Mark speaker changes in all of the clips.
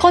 Speaker 1: こ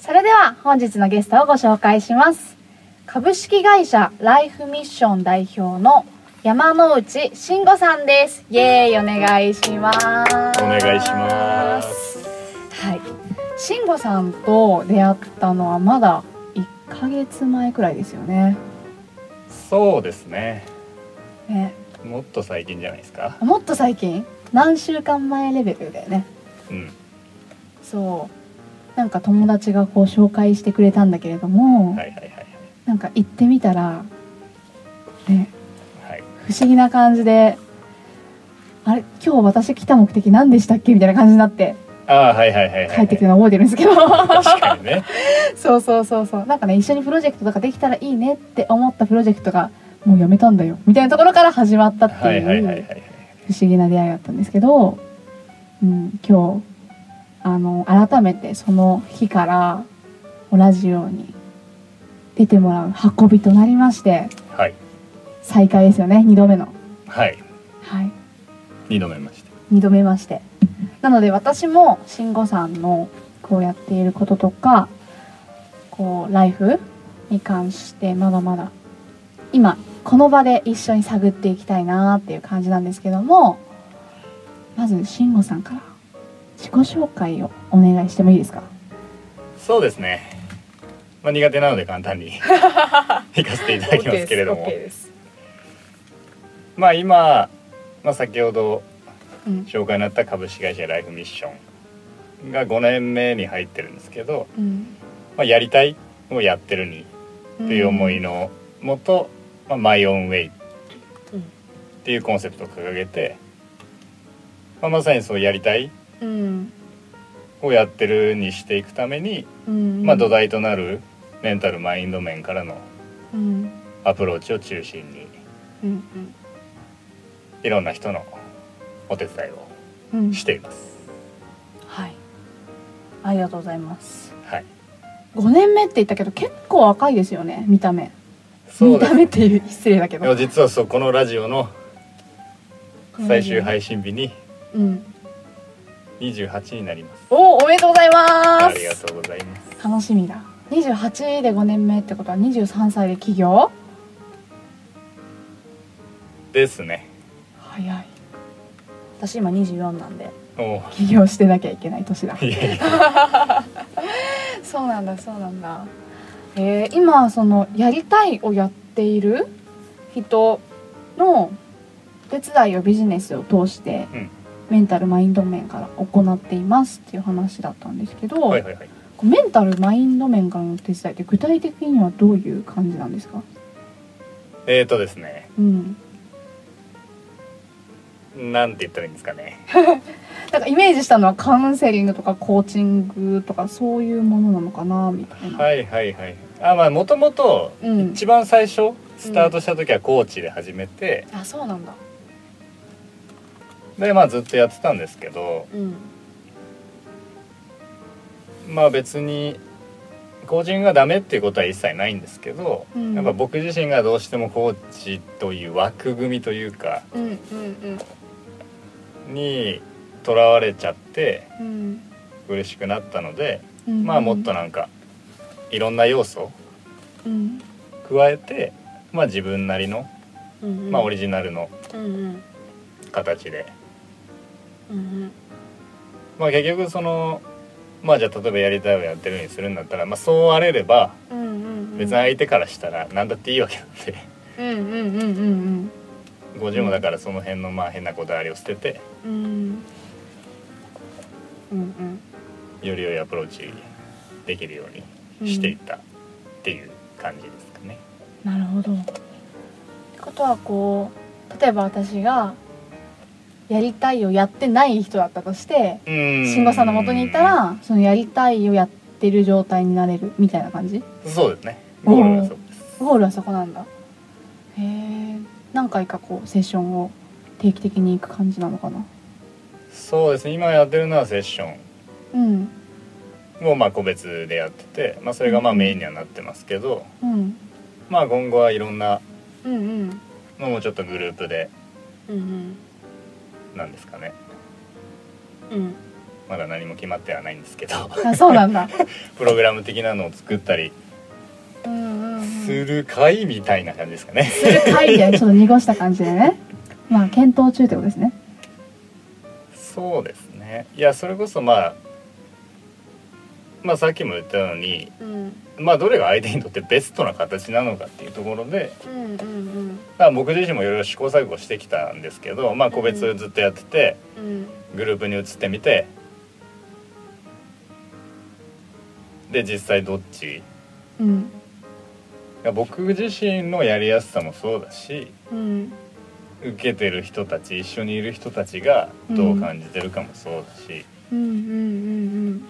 Speaker 1: それでは本日のゲストをご紹介します株式会社ライフミッション代表の山之内慎吾さんですイエーイお願いします
Speaker 2: お願いします
Speaker 1: はい慎吾さんと出会ったのはまだ1ヶ月前くらいですよね
Speaker 2: そうですね
Speaker 1: ね
Speaker 2: もっと最近じゃないですか
Speaker 1: もっと最近何週間前レベルだよね
Speaker 2: うん
Speaker 1: そうなんか友達がこう紹介してくれたんだけれども、
Speaker 2: はいはいはい
Speaker 1: なんか行ってみたらね
Speaker 2: はい
Speaker 1: 不思議な感じであれ今日私来た目的何でしたっけみたいな感じになって
Speaker 2: ああはいはいはいはいはい
Speaker 1: 帰ってきたの覚えてるんですけど
Speaker 2: 確かにね
Speaker 1: そうそうそうそうなんかね一緒にプロジェクトとかできたらいいねって思ったプロジェクトがもうやめたんだよみたいなところから始まったって
Speaker 2: はいいはいはいはいうはい
Speaker 1: 不思議な出会いだったんですけど、うん、今日あの改めてその日から同じように出てもらう運びとなりまして
Speaker 2: はい
Speaker 1: 再開ですよね2度目の
Speaker 2: はい
Speaker 1: はい
Speaker 2: 二度目まして
Speaker 1: 2度目ましてなので私も慎吾さんのこうやっていることとかこうライフに関してまだまだ今この場で一緒に探っていきたいなっていう感じなんですけどもまず慎吾さんから自己紹介をお願いしてもいいですか
Speaker 2: そうですねまあ苦手なので簡単に 行かせていただきますけれども
Speaker 1: す、
Speaker 2: まあ今まあ先ほど
Speaker 1: うん
Speaker 2: 紹介になった株式会社ライフミッションが5年目に入ってるんですけど、
Speaker 1: うん、
Speaker 2: まあ、やりたいをやってるに
Speaker 1: っ
Speaker 2: という思いのもと、まあ、マイオンウェイっ
Speaker 1: うん
Speaker 2: ていうコンセプトを掲げて、まあ、まさにそうやりたい
Speaker 1: うん
Speaker 2: をやってるにしていくために、
Speaker 1: うん
Speaker 2: まあ、土台となるメンタルマインド面からの
Speaker 1: うん
Speaker 2: アプローチを中心に
Speaker 1: うん
Speaker 2: いろんな人のお手伝いを
Speaker 1: うんうん
Speaker 2: しています。
Speaker 1: はいありがとうございます
Speaker 2: はい、
Speaker 1: 5年目って言ったけど結構若いですよね見た目
Speaker 2: そ
Speaker 1: 見
Speaker 2: うで
Speaker 1: た
Speaker 2: す
Speaker 1: 目っていう失礼だけ
Speaker 2: で
Speaker 1: ど
Speaker 2: も実はそうこのラジオの最終配信日に
Speaker 1: うん
Speaker 2: 28になります。
Speaker 1: おおめでとうございます
Speaker 2: ありがとうございます。
Speaker 1: 楽しみだ28で5年目ってことは23歳で起業
Speaker 2: ですね。
Speaker 1: 早い私今24なんで
Speaker 2: おう
Speaker 1: 起業してなきゃいけない年だ
Speaker 2: いやいや
Speaker 1: そうなんだそうなんだえー、今そのやりたいをやっている人の手伝いをビジネスを通して、
Speaker 2: うん
Speaker 1: メンタルマインド面から行っていますっていう話だったんですけど、
Speaker 2: はいはいはい。
Speaker 1: メンタルマインド面からの手伝いって具体的にはどういう感じなんですか
Speaker 2: えーとですね。
Speaker 1: うん
Speaker 2: なんて言ったらいいんですかね。
Speaker 1: なんかイメージしたのはカウンセリングとかコーチングとかそういうものなのかなみたいな、
Speaker 2: はいはいはい。あまあもともと
Speaker 1: うん
Speaker 2: 一番最初スタートした時はコーチで始めて、
Speaker 1: あそうなんだ
Speaker 2: でまあずっとやってたんですけど、
Speaker 1: うん
Speaker 2: まあ別にコーチングがダメっていうことは一切ないんですけど、
Speaker 1: うん
Speaker 2: やっぱ僕自身がどうしてもコーチという枠組みというか
Speaker 1: うんうん
Speaker 2: にとらわれちゃって
Speaker 1: うんうん
Speaker 2: 嬉しくなったので、
Speaker 1: うん
Speaker 2: まあもっとなんかいろんな要素を
Speaker 1: うん
Speaker 2: 加えて、まあ自分なりの、
Speaker 1: うん
Speaker 2: まあオリジナルの
Speaker 1: うんうん
Speaker 2: 形で
Speaker 1: うん
Speaker 2: まあ結局そのまあじゃあ例えばやりたいをやってるようにするんだったら、まあ、そうあれれば
Speaker 1: うんうん
Speaker 2: 別に相手からしたら何だっていいわけなんで、
Speaker 1: うんうんうんうん
Speaker 2: ご自分もだからその辺のまあ変なこだわりを捨てて
Speaker 1: うんうんうん
Speaker 2: より良いアプローチできるようにしていったっていう感じですかね。
Speaker 1: なるほど。ってことはこう例えば私がやりたいをやってない人だったとして
Speaker 2: うん
Speaker 1: 慎吾さんの元にいたらそのやりたいをやっってる状態になれるみたいな感じ
Speaker 2: そうですねゴールがそこです
Speaker 1: ゴールはそこなんだへえ何回かこうセッションを定期的に行く感じなのかな
Speaker 2: そうですね今やってるのはセッショ
Speaker 1: うん
Speaker 2: ンをまあ個別でやってて、まあ、それがまあメインにはなってますけど、
Speaker 1: うん
Speaker 2: まあ今後はいろんな
Speaker 1: うんうん
Speaker 2: のもちょっとグループで
Speaker 1: うん
Speaker 2: なんですかね
Speaker 1: うん
Speaker 2: まだ何も決まってはないんですけど
Speaker 1: あそうなんだ
Speaker 2: プログラム的なのを作ったり
Speaker 1: うんうん、うん、
Speaker 2: する会みたいな感じですかね
Speaker 1: する会でちょっと濁した感じでねまあ検討中ってことですね
Speaker 2: そうですねいやそれこそまあまあさっきも言ったように
Speaker 1: うん
Speaker 2: まあどれが相手にとってベストな形なのかっていうところで、
Speaker 1: うんうん
Speaker 2: まあ、僕自身もいろいろ試行錯誤してきたんですけど、まあ、個別ずっとやってて、
Speaker 1: うん
Speaker 2: グループに移ってみてで実際どっち
Speaker 1: うん
Speaker 2: が僕自身のやりやすさもそうだし
Speaker 1: うん
Speaker 2: 受けてる人たち一緒にいる人たちがどう感じてるかもそうだし、
Speaker 1: うんうんうんうん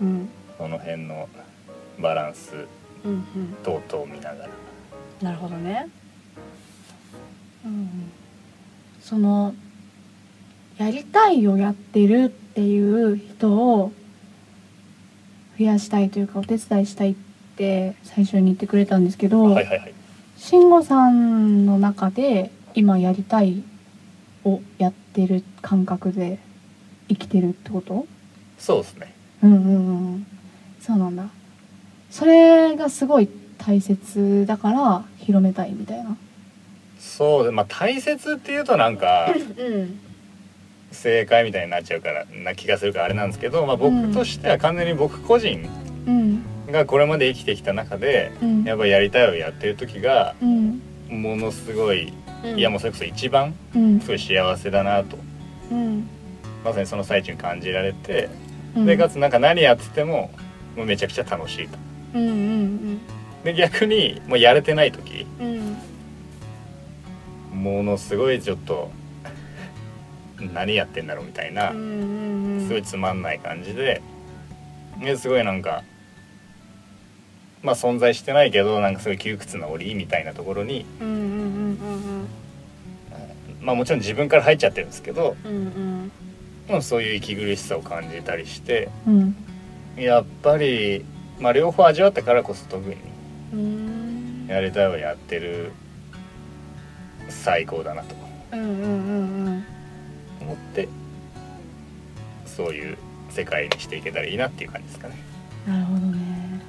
Speaker 1: うん
Speaker 2: その辺のバランス
Speaker 1: うんうん
Speaker 2: 等々見ながら
Speaker 1: なるほどねうんそのやりたいをやってるっていう人を増やしたいというかお手伝いしたいって最初に言ってくれたんですけど、
Speaker 2: はいはいはい
Speaker 1: 慎吾さんの中で今やりたいをやってる感覚で生きてるってこと
Speaker 2: そうですね
Speaker 1: うんうんうんそうなんだそれがすごい大切だから広めたいみたいな
Speaker 2: そうでまあ大切っていうとな んか
Speaker 1: うん
Speaker 2: 正解みたいになっちゃうからな気がするからあれなんですけど、まあ、
Speaker 1: うん
Speaker 2: 僕としては完全に僕個人
Speaker 1: うん
Speaker 2: がこれまで生きてきた中で
Speaker 1: うん
Speaker 2: やっぱやりたいをやってる時が
Speaker 1: うん
Speaker 2: ものすごい
Speaker 1: うん
Speaker 2: いやもうそれこそ一番
Speaker 1: うん
Speaker 2: すごい幸せだなと
Speaker 1: うん
Speaker 2: まさにその最中に感じられて
Speaker 1: うん
Speaker 2: でかつなんか何やっててももうめちゃくちゃ楽しいと。
Speaker 1: うんうん
Speaker 2: で逆にもうやれてない時
Speaker 1: うんうん
Speaker 2: ものすごいちょっと何やってんだろうみたいな
Speaker 1: うんうんうん
Speaker 2: すごいつまんない感じでですごいなんかまあ存在してないけどなんかすごい窮屈な折みたいなところに
Speaker 1: うんうんうん
Speaker 2: まあもちろん自分から入っちゃってるんですけど
Speaker 1: うんうん
Speaker 2: まあそういう息苦しさを感じたりして
Speaker 1: うん
Speaker 2: やっぱり、まあ、両方味わったからこそ特に
Speaker 1: うん
Speaker 2: やりたいをやってる最高だなと
Speaker 1: うんうんうんうん
Speaker 2: 思ってそういう世界にしていけたらいいなっていう感じですかね。
Speaker 1: なるほどね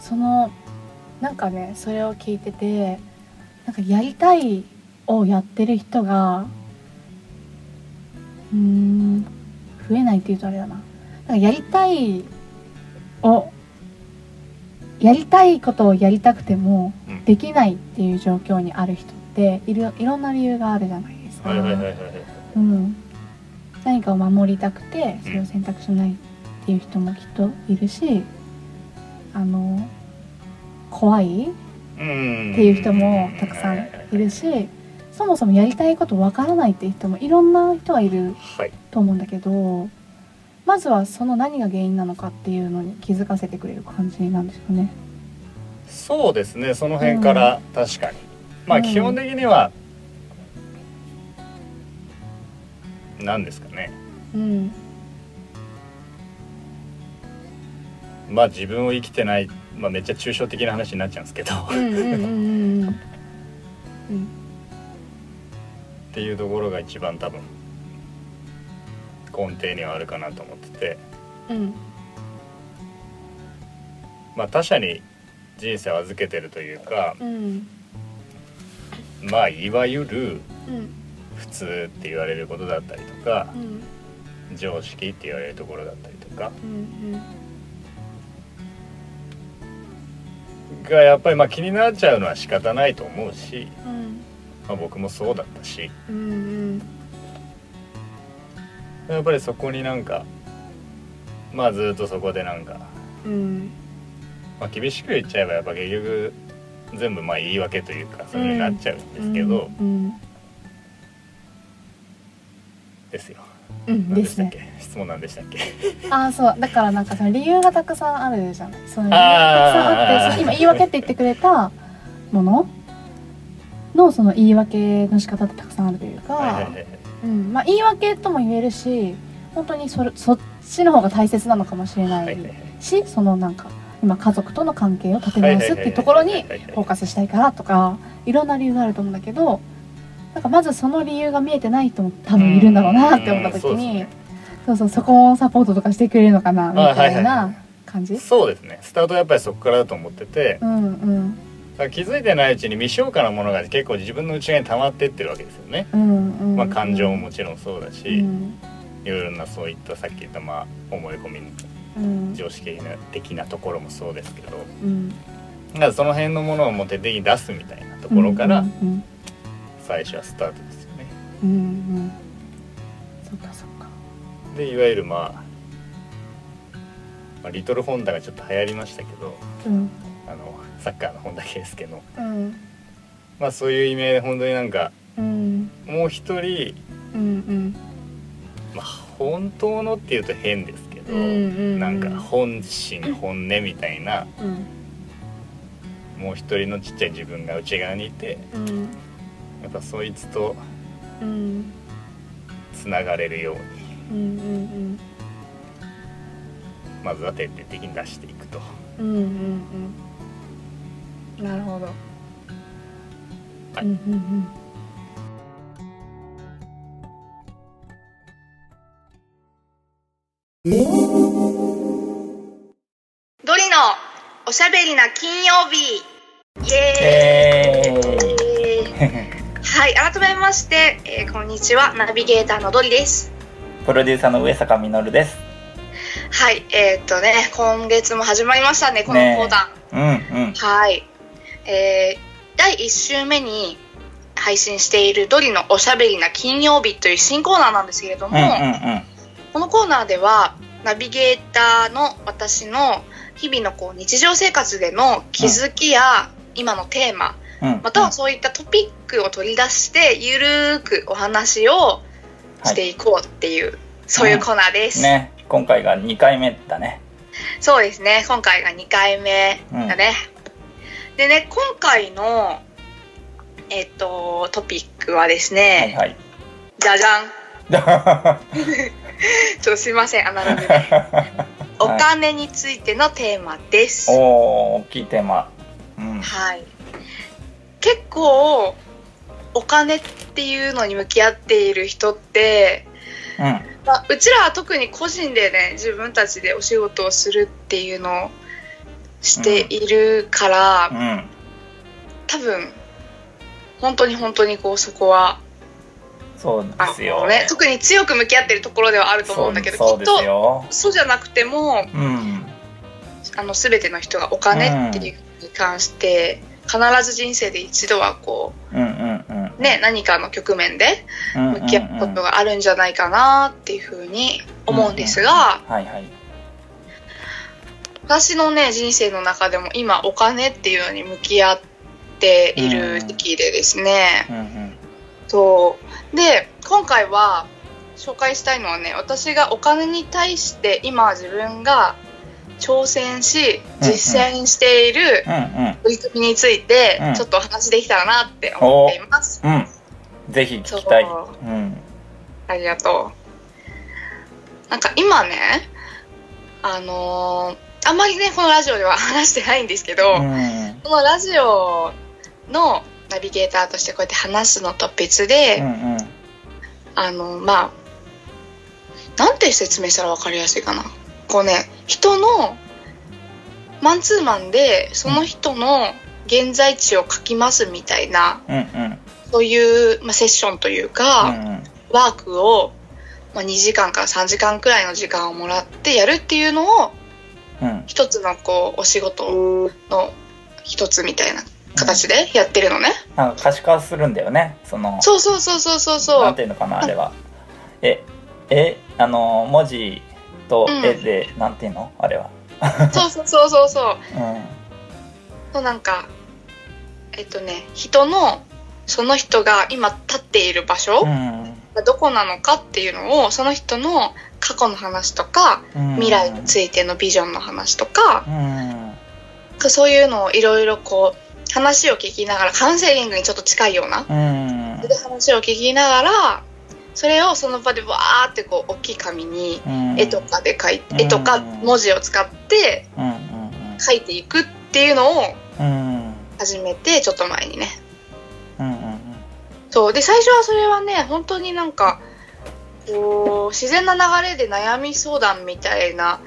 Speaker 1: そのなんかねそれを聞いててなんかやりたいをやってる人がうーん増えないっていうとあれだななんかやりたいをやりたいことをやりたくても
Speaker 2: うん
Speaker 1: できないっていう状況にある人っているいろんな理由があるじゃないですか。
Speaker 2: はいはいはいはいはい
Speaker 1: うん、何かを守りたくてそれを選択しないっていう人もきっといるし、あの怖い
Speaker 2: うん
Speaker 1: っていう人もたくさんいるしそもそもやりたいことわからないっていう人もいろんな人はいる
Speaker 2: はい
Speaker 1: と思うんだけどまずはその何が原因なのかっていうのに気づかせてくれる感じなんですよね。
Speaker 2: そうですねその辺から確かに、ま
Speaker 1: う
Speaker 2: あ
Speaker 1: ん
Speaker 2: 基本的には何ですかね
Speaker 1: うん、
Speaker 2: まあ自分を生きてない、まあ、めっちゃ抽象的な話になっちゃうんですけど っ
Speaker 1: うんうんうんうんうんうん
Speaker 2: ていうところが一番多分根底にはあるかなと思ってて、
Speaker 1: うん
Speaker 2: まあ、他者に人生を預けてるというか
Speaker 1: うん
Speaker 2: まあいわゆる
Speaker 1: うん
Speaker 2: 普通って言われることだったりとか
Speaker 1: うん
Speaker 2: 常識って言われるところだったりとか
Speaker 1: うん
Speaker 2: がやっぱりまあ気になっちゃうのは仕方ないと思うし、
Speaker 1: うん
Speaker 2: まあ、僕もそうだったし
Speaker 1: うん
Speaker 2: やっぱりそこになんかまあずっとそこでなんか、
Speaker 1: うん
Speaker 2: まあ、厳しく言っちゃえばやっぱ結局全部まあ言い訳というかそういう風になっちゃうんですけど、
Speaker 1: うん
Speaker 2: ですよ。
Speaker 1: うん
Speaker 2: 何
Speaker 1: で
Speaker 2: でし
Speaker 1: す
Speaker 2: たっ
Speaker 1: ね
Speaker 2: け、質問なんでしたっけ
Speaker 1: ああそうだからなんかその理由がたくさんあるじゃないその理由がたくさんあっ
Speaker 2: あー
Speaker 1: てそう今言い訳って言ってくれたもののその言い訳の仕方ってたくさんあるというか、
Speaker 2: はいはいはいはい
Speaker 1: うんまあ、言い訳とも言えるし本当にそれそっちの方が大切なのかもしれない
Speaker 2: はいはいはい
Speaker 1: しそのなんか今家族との関係を立て直すっていうところにフォーカスしたいからとかいろんな理由があると思うんだけどなんかまずその理由が見えてない人も多分いるんだろうなって思った時
Speaker 2: うんうん
Speaker 1: にそうそうそこをサポートとかしてくれるのかなみ
Speaker 2: あは
Speaker 1: た
Speaker 2: いはい
Speaker 1: い
Speaker 2: は
Speaker 1: な感じ
Speaker 2: そうですねスタートはやっぱりそこからだと思ってて
Speaker 1: うんうん
Speaker 2: だから気づいてないうちに未消化なものが結構自分の内側に溜まってってるわけですよね、
Speaker 1: うんうん
Speaker 2: まあ、感情ももちろんそうだし、
Speaker 1: うん
Speaker 2: いろいろなそういったさっき言ったまあ思い込み
Speaker 1: うん
Speaker 2: 常識的なところもそうですけど
Speaker 1: うん
Speaker 2: だからその辺のものをもう徹底的に出すみたいなところから
Speaker 1: うん
Speaker 2: 最初はスタートですよね。
Speaker 1: うんうんうんそっかそっか
Speaker 2: でいわゆるまあまあリトルホンダがちょっと流行りましたけど
Speaker 1: うん
Speaker 2: あのサッカーの本田圭佑の、
Speaker 1: うん
Speaker 2: まあ、そういう意味で本当になんか
Speaker 1: うん
Speaker 2: もう一人、
Speaker 1: うん
Speaker 2: まあ、本当のっていうと変ですけど、
Speaker 1: うんうんうん
Speaker 2: なんか本心本音みたいな
Speaker 1: うん
Speaker 2: もう一人のちっちゃい自分が内側にいて
Speaker 1: うん
Speaker 2: やっぱそいつと
Speaker 1: うん
Speaker 2: つながれるように
Speaker 1: うんうん
Speaker 2: まずは徹底的に出していくと
Speaker 1: うんうんうんうんなるほど、
Speaker 2: はい
Speaker 1: うんうんうん
Speaker 3: ドリのおしゃべりな金曜日イエ ーイ、はい改めまして、えーこんにちはナビゲーターのドリです
Speaker 4: プロデューサーの上坂実です。
Speaker 3: はいえーっとね今月も始まりましたねこの
Speaker 4: ねえ
Speaker 3: 講談、
Speaker 4: うんうん。
Speaker 3: はいえー第1週目に配信しているドリのおしゃべりな金曜日という新コーナーなんですけれども、
Speaker 4: うんうん
Speaker 3: このコーナーではナビゲーターの私の日々のこう日常生活での気づきや今のテーマ
Speaker 4: うん。うん。
Speaker 3: またはそういったトピックを取り出してゆるーくお話をしていこうっていう、そういうコーナーです、
Speaker 4: ね、今回が2回目だね。
Speaker 3: そうですね今回が2回目だね、でね今回のえっとトピックはです
Speaker 4: はい
Speaker 3: ね、
Speaker 4: はい。
Speaker 3: じゃじゃんちょっとすいませんアナログでお金についてのテーマです、
Speaker 4: おお、大きいテーマ。うん。
Speaker 3: はい、結構お金っていうのに向き合っている人って、
Speaker 4: う
Speaker 3: まあ、うちらは特に個人でね自分たちでお仕事をするっていうのをしているから、
Speaker 4: ん。うん。
Speaker 3: 多分本当に本当にこうそこは
Speaker 4: そうで
Speaker 3: あ
Speaker 4: すよ。
Speaker 3: のね、特に強く向き合ってるところではあると思うんだけど
Speaker 4: そう
Speaker 3: き
Speaker 4: で
Speaker 3: っ
Speaker 4: す
Speaker 3: と
Speaker 4: よ。
Speaker 3: そうじゃなくても
Speaker 4: うん。
Speaker 3: あの全ての人がお金っていうのに関して、必ず人生で一度はこ
Speaker 4: うんうんうん。
Speaker 3: うね何かの局面で
Speaker 4: うんうんうん。
Speaker 3: 向き合うことがあるんじゃないかなっていうふうに思うんですが、
Speaker 4: はいはい。
Speaker 3: 私のね人生の中でも今お金っていうのに向き合っている時期でですね、
Speaker 4: うんうん。
Speaker 3: そうで今回は紹介したいのはね私がお金に対して今自分が挑戦し
Speaker 4: うんうん
Speaker 3: 実践している
Speaker 4: うん
Speaker 3: 取り組みについて
Speaker 4: うん
Speaker 3: ちょっとお話できたらなって思っています。
Speaker 4: うん。うん。ぜひ聞きたい。
Speaker 3: そう
Speaker 4: うん。
Speaker 3: ありがとう。なんか今ね、あのーあんまりね、このラジオでは話してないんですけど、
Speaker 4: うん。
Speaker 3: このラジオのナビゲーターとしてこうやって話すのと別
Speaker 4: う
Speaker 3: で、
Speaker 4: んうん。
Speaker 3: あのまあ、なんて説明したら分かりやすいかな。こうね、人の、マンツーマンで、その人の現在地を書きますみたいな、
Speaker 4: うんうん。
Speaker 3: そういう、まあ、セッションというか、ワークを、まあ、2時間から3時間くらいの時間をもらってやるっていうの
Speaker 4: う
Speaker 3: を
Speaker 4: んうん。
Speaker 3: 一つのこうお仕事の一つみたいな形でやってるのね、
Speaker 4: なんか可視化するんだよね。その。
Speaker 3: そうそうそうそうそうそ
Speaker 4: なん
Speaker 3: う
Speaker 4: ていうのかなあれはええあの文字と
Speaker 3: うん
Speaker 4: 絵で、なんていうのあれは
Speaker 3: そうそうそうそうそう
Speaker 4: う
Speaker 3: そうなんかえっとね人のその人が今立っている場所
Speaker 4: ん、うん、
Speaker 3: がどこなのかっていうのをその人の過去の話とか
Speaker 5: うん
Speaker 3: 未来についてのビジョンの話とか
Speaker 5: うん
Speaker 3: そういうのをいろいろこう話を聞きながらカウンセリングにちょっと近いような
Speaker 5: うん
Speaker 3: で話を聞きながらそれをその場でわーってこう大きい紙に
Speaker 5: うん
Speaker 3: 絵とかで描いて、
Speaker 5: うん
Speaker 3: 絵とか文字を使って
Speaker 5: うんうん
Speaker 3: 描いていくっていうのを
Speaker 5: うんうん
Speaker 3: 始めてちょっと前にね
Speaker 5: うん
Speaker 3: そうで最初はそれはね本当になんかこう自然な流れで悩み相談みたいな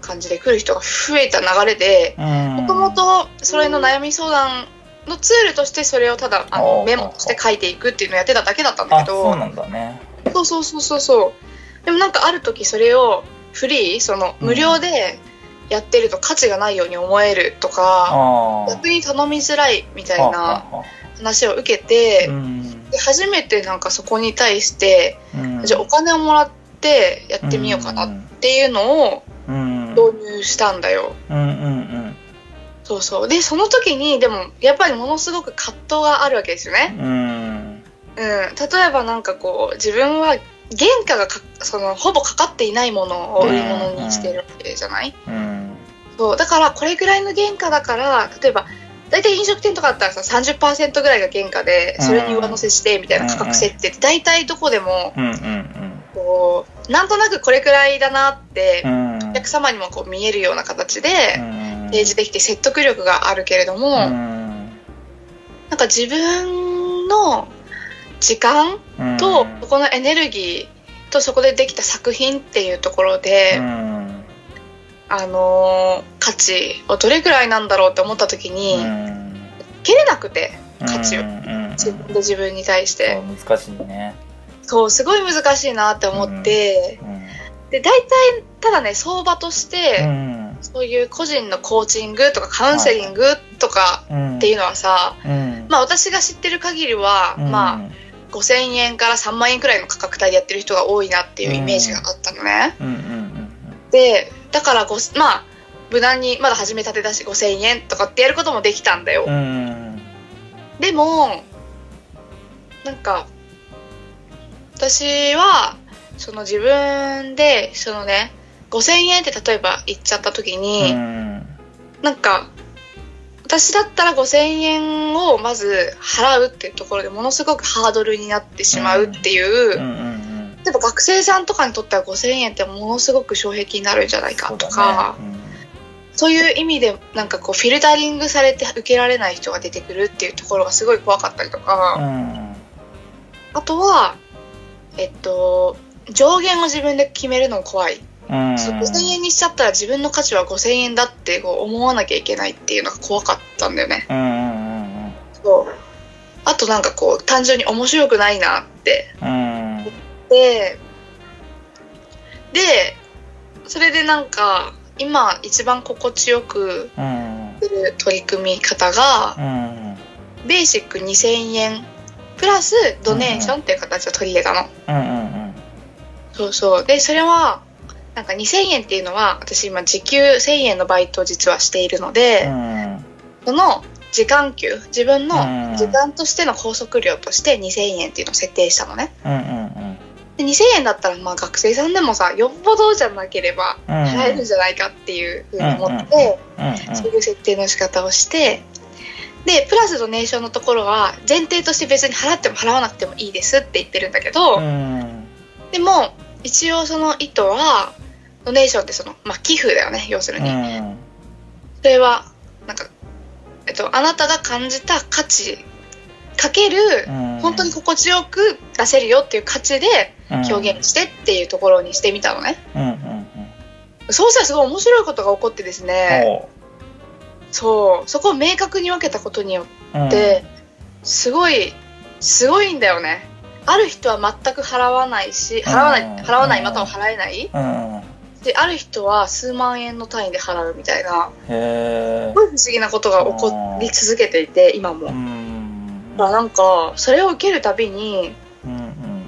Speaker 3: 感じで来る人が増えた流れで
Speaker 5: うん
Speaker 3: もともとそれの悩み相談のツールとしてそれをただあ
Speaker 5: あ
Speaker 3: の
Speaker 5: ー
Speaker 3: メモとして書いていくっていうのをやってただけだったんだ
Speaker 5: あ
Speaker 3: けど
Speaker 5: そうなんだね
Speaker 3: そうそうそうそうそう。でもなんかある時それをフリーその
Speaker 5: うん
Speaker 3: 無料でやってると価値がないように思えるとか、
Speaker 5: ああ
Speaker 3: 逆に頼みづらいみたいな
Speaker 5: あああ
Speaker 3: 話を受けて、
Speaker 5: うん
Speaker 3: で初めてなんかそこに対して、
Speaker 5: うん
Speaker 3: じゃあお金をもらってやってみようかなっていうのを
Speaker 5: うん
Speaker 3: 導入したんだよ。
Speaker 5: うんうん
Speaker 3: そうそう。で、その時にでもやっぱりものすごく葛藤があるわけですよね。
Speaker 5: うんうん
Speaker 3: うん、例えばなんかこう自分は原価がかそのほぼかかっていないものを売り物にしてるわけじゃない、
Speaker 5: うん
Speaker 3: そうだからこれぐらいの原価だから例えば大体飲食店とかだったらさ30%ぐらいが原価でそれに上乗せしてみたいな価格設定って大体どこでも
Speaker 5: うんうん
Speaker 3: こうなんとなくこれくらいだなって
Speaker 5: うん
Speaker 3: お客様にもこう見えるような形で
Speaker 5: うん
Speaker 3: 提示できて説得力があるけれども、
Speaker 5: うん
Speaker 3: なんか自分の時間
Speaker 5: うん
Speaker 3: とそこのエネルギーとそこでできた作品っていうところ
Speaker 5: う
Speaker 3: で、
Speaker 5: ん
Speaker 3: あのー価値をどれぐらいなんだろうって思った時に、
Speaker 5: うん
Speaker 3: 蹴れなくて価値を
Speaker 5: うんうんうん
Speaker 3: 自分で自分に対し
Speaker 5: そ
Speaker 3: て、
Speaker 5: う難しいね
Speaker 3: そうすごい難しいなって思って、
Speaker 5: うん
Speaker 3: で大体ただね相場として、
Speaker 5: ん
Speaker 3: そういう個人のコーチングとかカウンセリングとか
Speaker 5: うん
Speaker 3: っていうのはさ、
Speaker 5: うん
Speaker 3: まあ私が知ってる限りは、
Speaker 5: うん
Speaker 3: まあ5000円から3万円くらいの価格帯でやってる人が多いなっていうイメージがあったのね。
Speaker 5: うんうん
Speaker 3: でだからごまあ無難にまだ始めたてだし5,000円とかってやることもできたんだよ、
Speaker 5: うんうん
Speaker 3: でもなんか私はその自分でそのね5,000円って例えば言っちゃった時に、
Speaker 5: うん
Speaker 3: なんか私だったら5,000円をまず払うっていうところでものすごくハードルになってしまうっていう、
Speaker 5: うんうん
Speaker 3: 例えば学生さんとかにとっては5,000円ってものすごく障壁になるんじゃないか
Speaker 5: そう
Speaker 3: と
Speaker 5: だね
Speaker 3: か。そういう意味でなんかこうフィルタリングされて受けられない人が出てくるっていうところがすごい怖かったりと
Speaker 5: う
Speaker 3: か、
Speaker 5: ん
Speaker 3: あとはえっと上限を自分で決めるのも怖い、
Speaker 5: うん
Speaker 3: その5000円にしちゃったら自分の価値は5000円だってこう思わなきゃいけないっていうのが怖かったんだよね
Speaker 5: うんうん
Speaker 3: そうあとなんかこう単純に面白くないなって
Speaker 5: うんうん
Speaker 3: ででそれでなんか今一番心地よく
Speaker 5: うん
Speaker 3: やってる取り組み方が
Speaker 5: うん
Speaker 3: ベーシック2000円プラスドネーションっていう形を取り入れたの、
Speaker 5: うんうん
Speaker 3: そうそうでそれはなんか2000円っていうのは私今時給1000円のバイトを実はしているの
Speaker 5: う
Speaker 3: で、
Speaker 5: ん
Speaker 3: その時間給自分の
Speaker 5: うん
Speaker 3: 時間としての拘束料として2000円っていうのを設定したのね
Speaker 5: うんうん
Speaker 3: で2000円だったらまあ学生さんでもさよっぽどじゃなければ
Speaker 5: うん
Speaker 3: 払えるんじゃないかっていうふうに思って、
Speaker 5: うん
Speaker 3: そういう設定の仕方をしてでプラスドネーションのところは前提として別に払っても払わなくてもいいですって言ってるんだけど、
Speaker 5: うん
Speaker 3: でも一応その意図はドネーションってその、まあ、寄付だよね要するに、
Speaker 5: うん
Speaker 3: それはなんか、えっと、あなたが感じた価値かける
Speaker 5: うん
Speaker 3: 本当に心地よく出せるよっていう価値で表現してっていうところにしてみたのね、
Speaker 5: うんうんうん
Speaker 3: そうしたらすごい面白いことが起こってですね
Speaker 5: ほ
Speaker 3: そうそこを明確に分けたことによって
Speaker 5: ううん
Speaker 3: ってすごいすごいんだよねある人は全く払わないし払わない
Speaker 5: うん
Speaker 3: 払わないまたは払えない
Speaker 5: うんへ
Speaker 3: である人は数万円の単位で払うみたいな
Speaker 5: え
Speaker 3: すごい不思議なことが起こり続けていて今も
Speaker 5: う
Speaker 3: だか
Speaker 5: ん
Speaker 3: らなんかそれを受けるたびに
Speaker 5: うんうん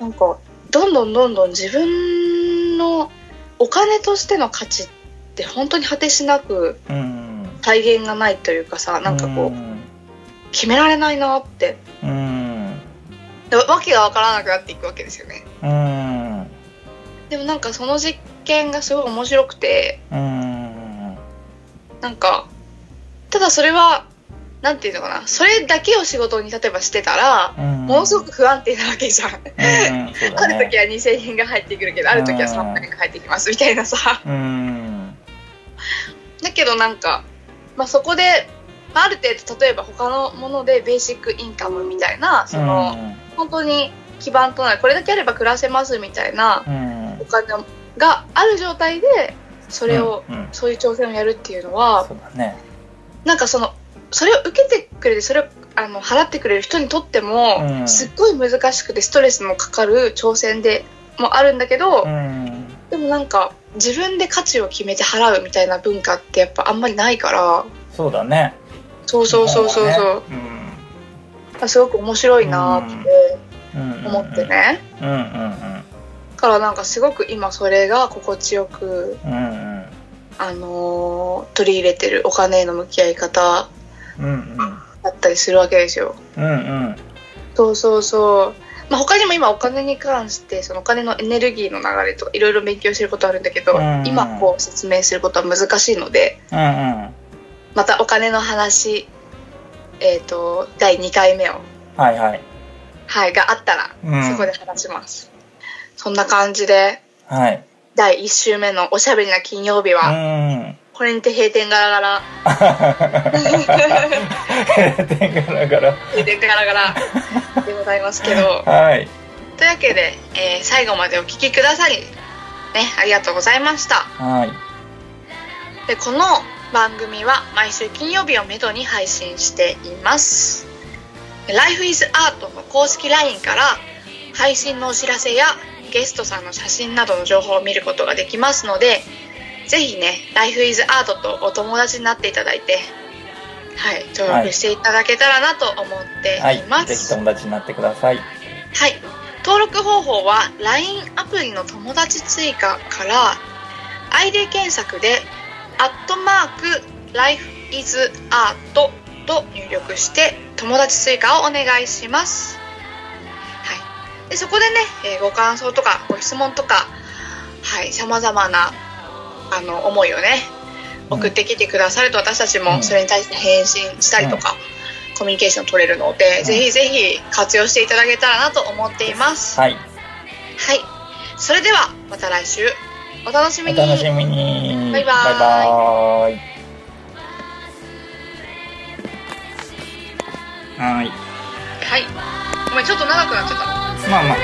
Speaker 3: なんかどんどんどんどん自分のお金としての価値って本当に果てしなく
Speaker 5: うんうん
Speaker 3: 体現がないというかさなんかこう
Speaker 5: う
Speaker 3: 決められないなって
Speaker 5: うん
Speaker 3: でわけがわからなくなっていくわけですよね
Speaker 5: うんうん
Speaker 3: でもなんかその実験がすごい面白くて
Speaker 5: うん
Speaker 3: なんかただそれはなんていうのかなそれだけを仕事に例えばしてたら
Speaker 5: うん
Speaker 3: ものすごく不安定なわけじゃん、
Speaker 5: うんうんそう
Speaker 3: あ
Speaker 5: だ
Speaker 3: る時
Speaker 5: ね
Speaker 3: は2000円が入ってくるけどある時は3000円が入ってきますみたいなさ
Speaker 5: うん
Speaker 3: だけどなんか、まあ、そこでまあある程度例えば他のものでベーシックインカムみたいなその、本当に基盤となるこれだけあれば暮らせますみたいな
Speaker 5: うんうん
Speaker 3: お金がある状態でそれを、
Speaker 5: うんうん
Speaker 3: そういう挑戦をやるっていうのは
Speaker 5: そうだね
Speaker 3: なんかそのそれを受けてくれてそれをあの払ってくれる人にとっても、
Speaker 5: うん
Speaker 3: すっごい難しくてストレスもかかる挑戦でもあるんだけど、
Speaker 5: うん
Speaker 3: でもなんか自分で価値を決めて払うみたいな文化ってやっぱあんまりないから
Speaker 5: そうだね
Speaker 3: そうそうそうそうそう、すごく面白いなーって
Speaker 5: うんうん
Speaker 3: 思ってね、
Speaker 5: うんうんうん
Speaker 3: だからなんかすごく今それが心地よく、
Speaker 5: うんうん
Speaker 3: あのー取り入れてるお金への向き合い方
Speaker 5: うんうん
Speaker 3: だったりするわけですよ。
Speaker 5: うんうん
Speaker 3: そうそうそう、まあ、他にも今お金に関してそのお金のエネルギーの流れとかいろいろ勉強してることあるんだけど、
Speaker 5: うん
Speaker 3: 今こう説明することは難しいので、
Speaker 5: うんうん
Speaker 3: またお金の話、えっと第2回目を、
Speaker 5: はいはい
Speaker 3: はい、があったら、
Speaker 5: うん
Speaker 3: そこで話しますそんな感じで
Speaker 5: はい
Speaker 3: 第1週目の「おしゃべりな金曜日は」
Speaker 5: うん
Speaker 3: これにて閉店ガラガラ
Speaker 5: 天からから
Speaker 3: 閉店ガラガラでございますけど
Speaker 5: はい
Speaker 3: というわけで、えー最後までお聞きくださり、ね、ありがとうございました
Speaker 5: はい
Speaker 3: でこの番組は毎週金曜日をめどに配信しています「Life is Art」の公式 LINE から配信のお知らせやゲストさんの写真などの情報を見ることができますのでぜひね「Life is Art」とお友達になっていただいてはい登録していただけたらなと思って
Speaker 5: はい
Speaker 3: いま
Speaker 5: ぜひ
Speaker 3: す、
Speaker 5: 友達になってください
Speaker 3: はい。登録方法は LINE アプリの友達追加から ID 検索で「アットマーク #LifeisArt」と入力して友達追加をお願いします。はい。でそこでね、えーご感想とかご質問とか、はい、様々なあの思いをね、送ってきてくださると私たち
Speaker 5: う
Speaker 3: も
Speaker 5: ん
Speaker 3: それに対して返信したりとか、コミュニケーション取れるので、
Speaker 5: ん
Speaker 3: ぜひぜひ活用していただけたらなと思っています。はい。
Speaker 5: はい
Speaker 3: それではまた来週お楽し
Speaker 5: お
Speaker 3: みに。
Speaker 5: 楽しみに
Speaker 3: バ
Speaker 5: バイ
Speaker 3: イバイ
Speaker 5: バーイはい
Speaker 3: はい。ごめんちょっと長くなっちゃった。
Speaker 5: まあまあ